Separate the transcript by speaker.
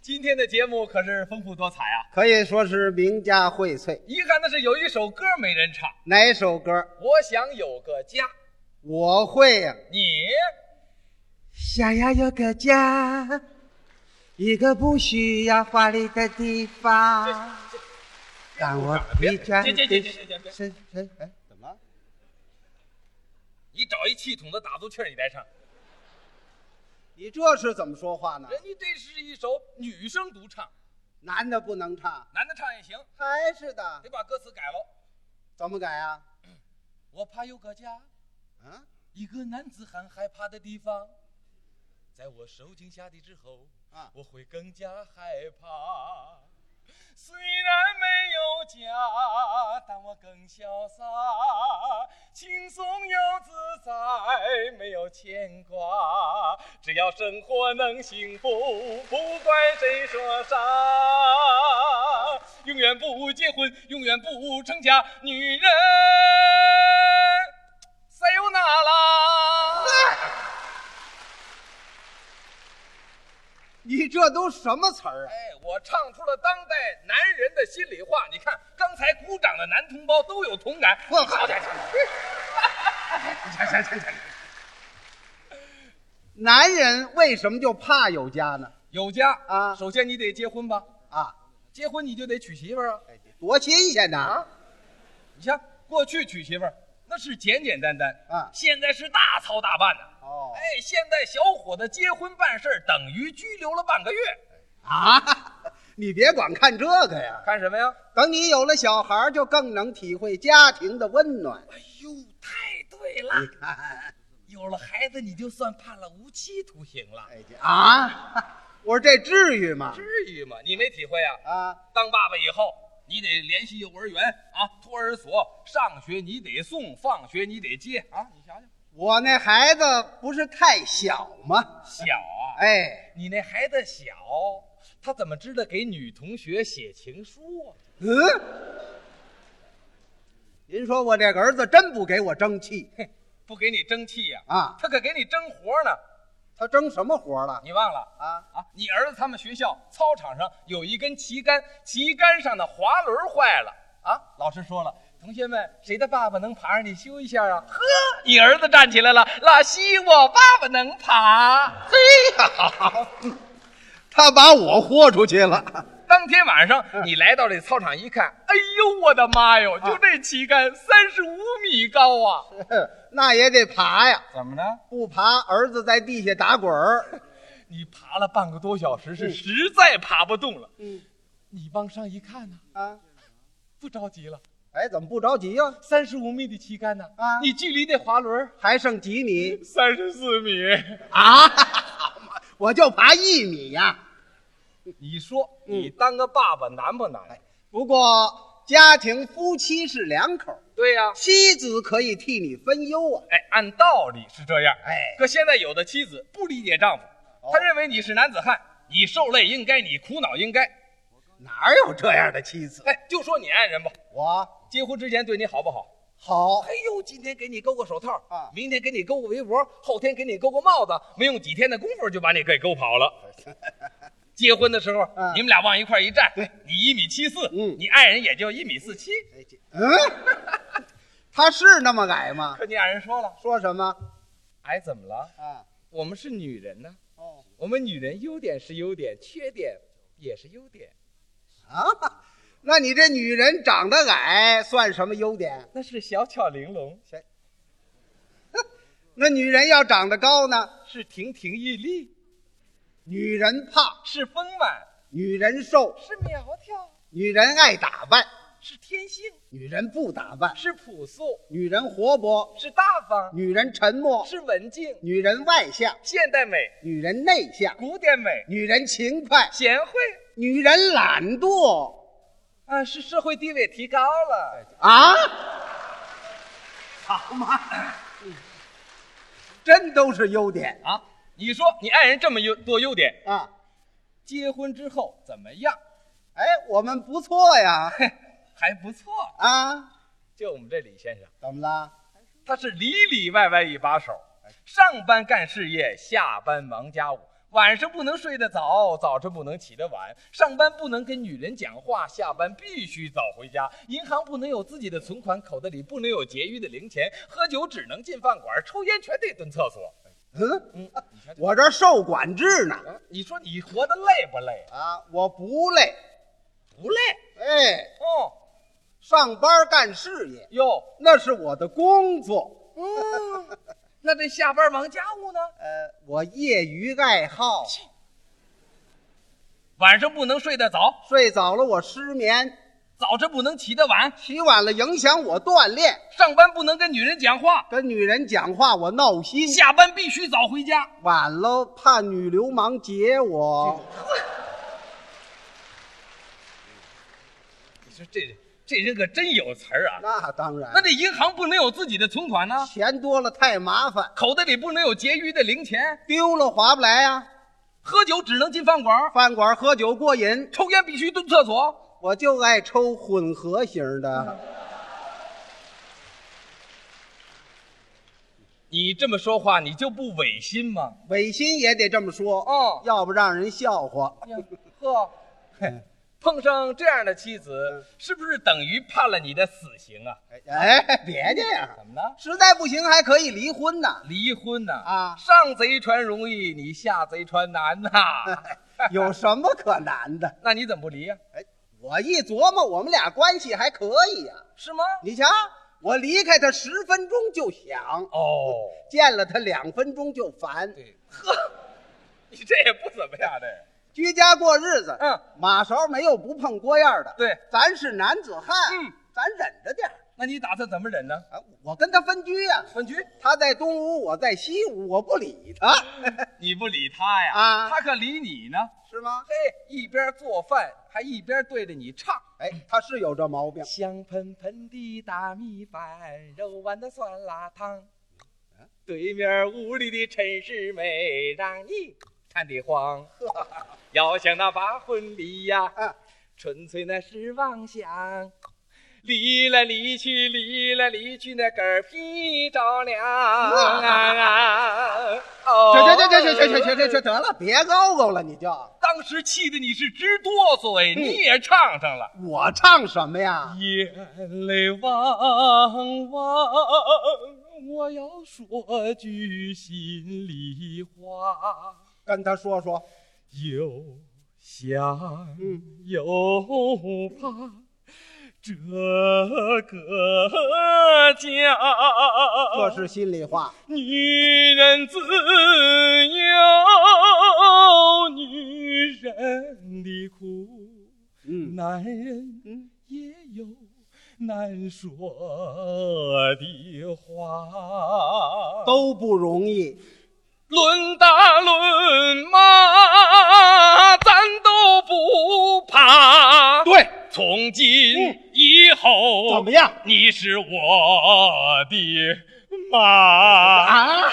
Speaker 1: 今天的节目可是丰富多彩啊！
Speaker 2: 可以说是名家荟萃。
Speaker 1: 遗憾的是，有一首歌没人唱。
Speaker 2: 哪首歌？
Speaker 1: 我想有个家，
Speaker 2: 我会呀、
Speaker 1: 你
Speaker 2: 想要有个家，一个不需要华丽的地方，让我疲倦
Speaker 1: 别别别别别别别
Speaker 2: 的身身。哎，怎么了？
Speaker 1: 你找一气筒的打足气儿，你再唱。
Speaker 2: 你这是怎么说话呢？
Speaker 1: 人家这是一首女生独唱，
Speaker 2: 男的不能唱，
Speaker 1: 男的唱也行，
Speaker 2: 还是的
Speaker 1: 得？把歌词改喽。
Speaker 2: 怎么改啊？
Speaker 1: 我怕有个家，
Speaker 2: 啊，
Speaker 1: 一个男子汉害怕的地方，在我受惊吓的之后，
Speaker 2: 啊
Speaker 1: 我会更加害怕。虽然没有家，但我更潇洒，轻松又自在，没有牵挂。只要生活能幸福，不管谁说啥。永远不结婚，永远不成家，女人。塞尤那拉，
Speaker 2: 你这都什么词儿啊？
Speaker 1: 哎，我唱出了当代男人的心里话。你看，刚才鼓掌的男同胞都有同感。
Speaker 2: 我
Speaker 1: 好家伙！
Speaker 2: 男人为什么就怕有家呢？
Speaker 1: 有家
Speaker 2: 啊
Speaker 1: 首先你得结婚吧，
Speaker 2: 啊，
Speaker 1: 结婚你就得娶媳妇儿啊。
Speaker 2: 哎多新鲜呐！
Speaker 1: 啊，你像过去娶媳妇儿那是简简单单
Speaker 2: 啊
Speaker 1: 现在是大操大办呢、
Speaker 2: 哦
Speaker 1: 哎，现在小伙子结婚办事儿等于拘留了半个月，
Speaker 2: 啊， 你别光看这个呀，
Speaker 1: 看什么呀？
Speaker 2: 等你有了小孩儿，就更能体会家庭的温暖。
Speaker 1: 哎呦，太对了。
Speaker 2: 你看，
Speaker 1: 有了孩子，你就算判了无期徒刑了，
Speaker 2: 哎这啊，我说这至于吗？
Speaker 1: 至于吗？你没体会啊？
Speaker 2: 啊，
Speaker 1: 当爸爸以后，你得联系幼儿园啊、托儿所，上学你得送，放学你得接啊。你想想，
Speaker 2: 我那孩子不是太小吗？
Speaker 1: 小啊，
Speaker 2: 哎，
Speaker 1: 你那孩子小，他怎么知道给女同学写情书啊？
Speaker 2: 嗯，您说我这个儿子真不给我争气
Speaker 1: 嘿，不给你争气呀、
Speaker 2: 啊？
Speaker 1: 他可给你争活呢。
Speaker 2: 他争什么活了？
Speaker 1: 你忘了
Speaker 2: 啊，
Speaker 1: 啊？你儿子他们学校操场上有一根旗杆，旗杆上的滑轮坏了啊！老师说了，同学们，谁的爸爸能爬上去修一下啊？呵，你儿子站起来了，老西，我爸爸能爬。
Speaker 2: 他把我豁出去了。
Speaker 1: 当天晚上，你来到这操场一看，哎呦，我的妈哟！就这旗杆三十五米高啊！
Speaker 2: 那也得爬呀，
Speaker 1: 怎么着？
Speaker 2: 不爬儿子在地下打滚儿。
Speaker 1: 你爬了半个多小时，是实在爬不动了。
Speaker 2: 嗯
Speaker 1: 你往上一看呢、
Speaker 2: 啊，
Speaker 1: 不着急了。
Speaker 2: 哎，怎么不着急呀、
Speaker 1: 三十五米的旗杆呢、
Speaker 2: 啊
Speaker 1: 你距离那滑轮
Speaker 2: 还剩几米
Speaker 1: 三十四米。
Speaker 2: 啊？ 我就爬一米呀、
Speaker 1: 你说你当个爸爸难不难？
Speaker 2: 不过家庭夫妻是两口儿，
Speaker 1: 对呀、
Speaker 2: 妻子可以替你分忧啊。
Speaker 1: 哎，按道理是这样。
Speaker 2: 哎
Speaker 1: 可现在有的妻子不理解丈夫，
Speaker 2: 哦
Speaker 1: 她认为你是男子汉，你受累应该，你苦恼应该。
Speaker 2: 哪有这样的妻子？
Speaker 1: 哎，就说你爱人吧，
Speaker 2: 我
Speaker 1: 结婚之前对你好不好？
Speaker 2: 好
Speaker 1: 哎呦，今天给你勾个手套
Speaker 2: 啊
Speaker 1: 明天给你勾个围脖，后天给你勾个帽子，没用几天的功夫就把你给勾跑了。 结婚的时候，
Speaker 2: 嗯
Speaker 1: 你们俩往一块儿一站，对你一米七四，
Speaker 2: 嗯
Speaker 1: 你爱人也就一米四七。
Speaker 2: 嗯， 他是那么矮吗？
Speaker 1: 可你爱人说了，
Speaker 2: 说什么
Speaker 1: 哎，怎么了？
Speaker 2: 啊？
Speaker 1: 我们是女人呢，
Speaker 2: 哦
Speaker 1: 我们女人优点是优点，缺点也是优点，
Speaker 2: 啊，那你这女人长得矮算什么优点？
Speaker 1: 那是小巧玲珑，
Speaker 2: 那女人要长得高呢？
Speaker 1: 是亭亭玉立，
Speaker 2: 女人胖，
Speaker 1: 是丰满，
Speaker 2: 女人瘦，
Speaker 1: 是苗条，
Speaker 2: 女人爱打扮，
Speaker 1: 是天性，
Speaker 2: 女人不打扮，
Speaker 1: 是朴素，
Speaker 2: 女人活泼，
Speaker 1: 是大方，
Speaker 2: 女人沉默，
Speaker 1: 是文静，
Speaker 2: 女人外向，
Speaker 1: 现代美。
Speaker 2: 女人内向，
Speaker 1: 古典美、
Speaker 2: 女人勤快，
Speaker 1: 贤惠
Speaker 2: 女人懒惰
Speaker 1: 啊，是社会地位提高了。
Speaker 2: 啊！好嘛，真都是优点
Speaker 1: 啊，你说你爱人这么优多优点，
Speaker 2: 啊！
Speaker 1: 结婚之后怎么样？
Speaker 2: 哎，我们不错呀
Speaker 1: 嘿，还不错。
Speaker 2: 啊！
Speaker 1: 就我们这李先生，
Speaker 2: 怎么了？
Speaker 1: 哎他是里里外外一把手，上班干事业，下班忙家务，晚上不能睡得早，早晨不能起得晚，上班不能跟女人讲话，下班必须早回家，银行不能有自己的存款，口袋里不能有结余的零钱，喝酒只能进饭馆，抽烟全得蹲厕所。
Speaker 2: 嗯，
Speaker 1: 嗯，你瞧这
Speaker 2: 我这受管制呢。
Speaker 1: 啊你说你活得累不累？
Speaker 2: 啊，我不累，
Speaker 1: 不累。
Speaker 2: 哎，
Speaker 1: 哦，
Speaker 2: 上班干事业，
Speaker 1: 哟，
Speaker 2: 那是我的工作。
Speaker 1: 嗯，那这下班忙家务呢？
Speaker 2: 呃，我业余爱好，
Speaker 1: 晚上不能睡得早，
Speaker 2: 睡早了我失眠，
Speaker 1: 早晨不能起得晚，
Speaker 2: 起晚了影响我锻炼，
Speaker 1: 上班不能跟女人讲话，
Speaker 2: 跟女人讲话我闹心，
Speaker 1: 下班必须早回家。
Speaker 2: 晚了怕女流氓劫我。
Speaker 1: 你说这这人可真有词儿啊！
Speaker 2: 那当然，
Speaker 1: 那这银行不能有自己的存款呢、
Speaker 2: 钱多了太麻烦，
Speaker 1: 口袋里不能有结余的零钱，
Speaker 2: 丢了划不来呀、
Speaker 1: 喝酒只能进饭馆儿，
Speaker 2: 饭馆喝酒过瘾，
Speaker 1: 抽烟必须蹲厕所。
Speaker 2: 我就爱抽混合型的。
Speaker 1: 你这么说话，你就不违心吗？
Speaker 2: 违心也得这么说，
Speaker 1: 哦
Speaker 2: 要不让人笑话。
Speaker 1: 呀，呵，嘿碰上这样的妻
Speaker 2: 嗯
Speaker 1: 子，是不是等于判了你的死刑啊？
Speaker 2: 哎，别介呀、
Speaker 1: 怎么了？
Speaker 2: 实在不行还可以离婚呢。
Speaker 1: 离婚呐、
Speaker 2: 啊
Speaker 1: 上贼船容易，你下贼船难呐、
Speaker 2: 有什么可难的？
Speaker 1: 那你怎么不离呀、
Speaker 2: 哎，我一琢磨，我们俩关系还可以呀、
Speaker 1: 是吗？
Speaker 2: 你瞧，我离开他十分钟就想，
Speaker 1: 哦，
Speaker 2: 见了他两分钟就烦。
Speaker 1: 对，呵， 你这也不怎么样的。
Speaker 2: 居家过日子，
Speaker 1: 嗯，
Speaker 2: 马勺没有不碰锅样的。
Speaker 1: 对，
Speaker 2: 咱是男子汉，
Speaker 1: 嗯，
Speaker 2: 咱忍着点儿
Speaker 1: 那你打算怎么忍呢？
Speaker 2: 啊。我跟他分居呀、
Speaker 1: 分居？
Speaker 2: 他在东屋，我在西屋，我不理他，
Speaker 1: 你不理他呀？
Speaker 2: 啊
Speaker 1: 他可理你呢。
Speaker 2: 是吗？
Speaker 1: 嘿，一边做饭还一边对着你唱。
Speaker 2: 哎，他是有这毛病。
Speaker 1: 香喷喷的大米饭，肉丸的酸辣汤。对面屋里的陈世美让你 看得慌。遥想那八婚离呀、
Speaker 2: 啊
Speaker 1: 纯粹那是妄想。离来离去，离来离去，那嗝屁着凉啊！ 哦
Speaker 2: 去去去去去去去去去，得了，别高高了，你就
Speaker 1: 当时气的你是直哆嗦哎，你也唱上了。
Speaker 2: 我唱什么呀？
Speaker 1: 眼泪汪汪，我要说句心里话，
Speaker 2: 跟他说说，
Speaker 1: 又想
Speaker 2: 嗯
Speaker 1: 又怕这个家，
Speaker 2: 这是心里话。
Speaker 1: 女人自有女人的苦。
Speaker 2: 嗯，
Speaker 1: 男人
Speaker 2: 嗯
Speaker 1: 也有难说的话。
Speaker 2: 都不容易。
Speaker 1: 论打论骂，咱都不怕。，
Speaker 2: 对，
Speaker 1: 从今以后，
Speaker 2: 嗯怎么样？
Speaker 1: 你是我的妈。
Speaker 2: 啊，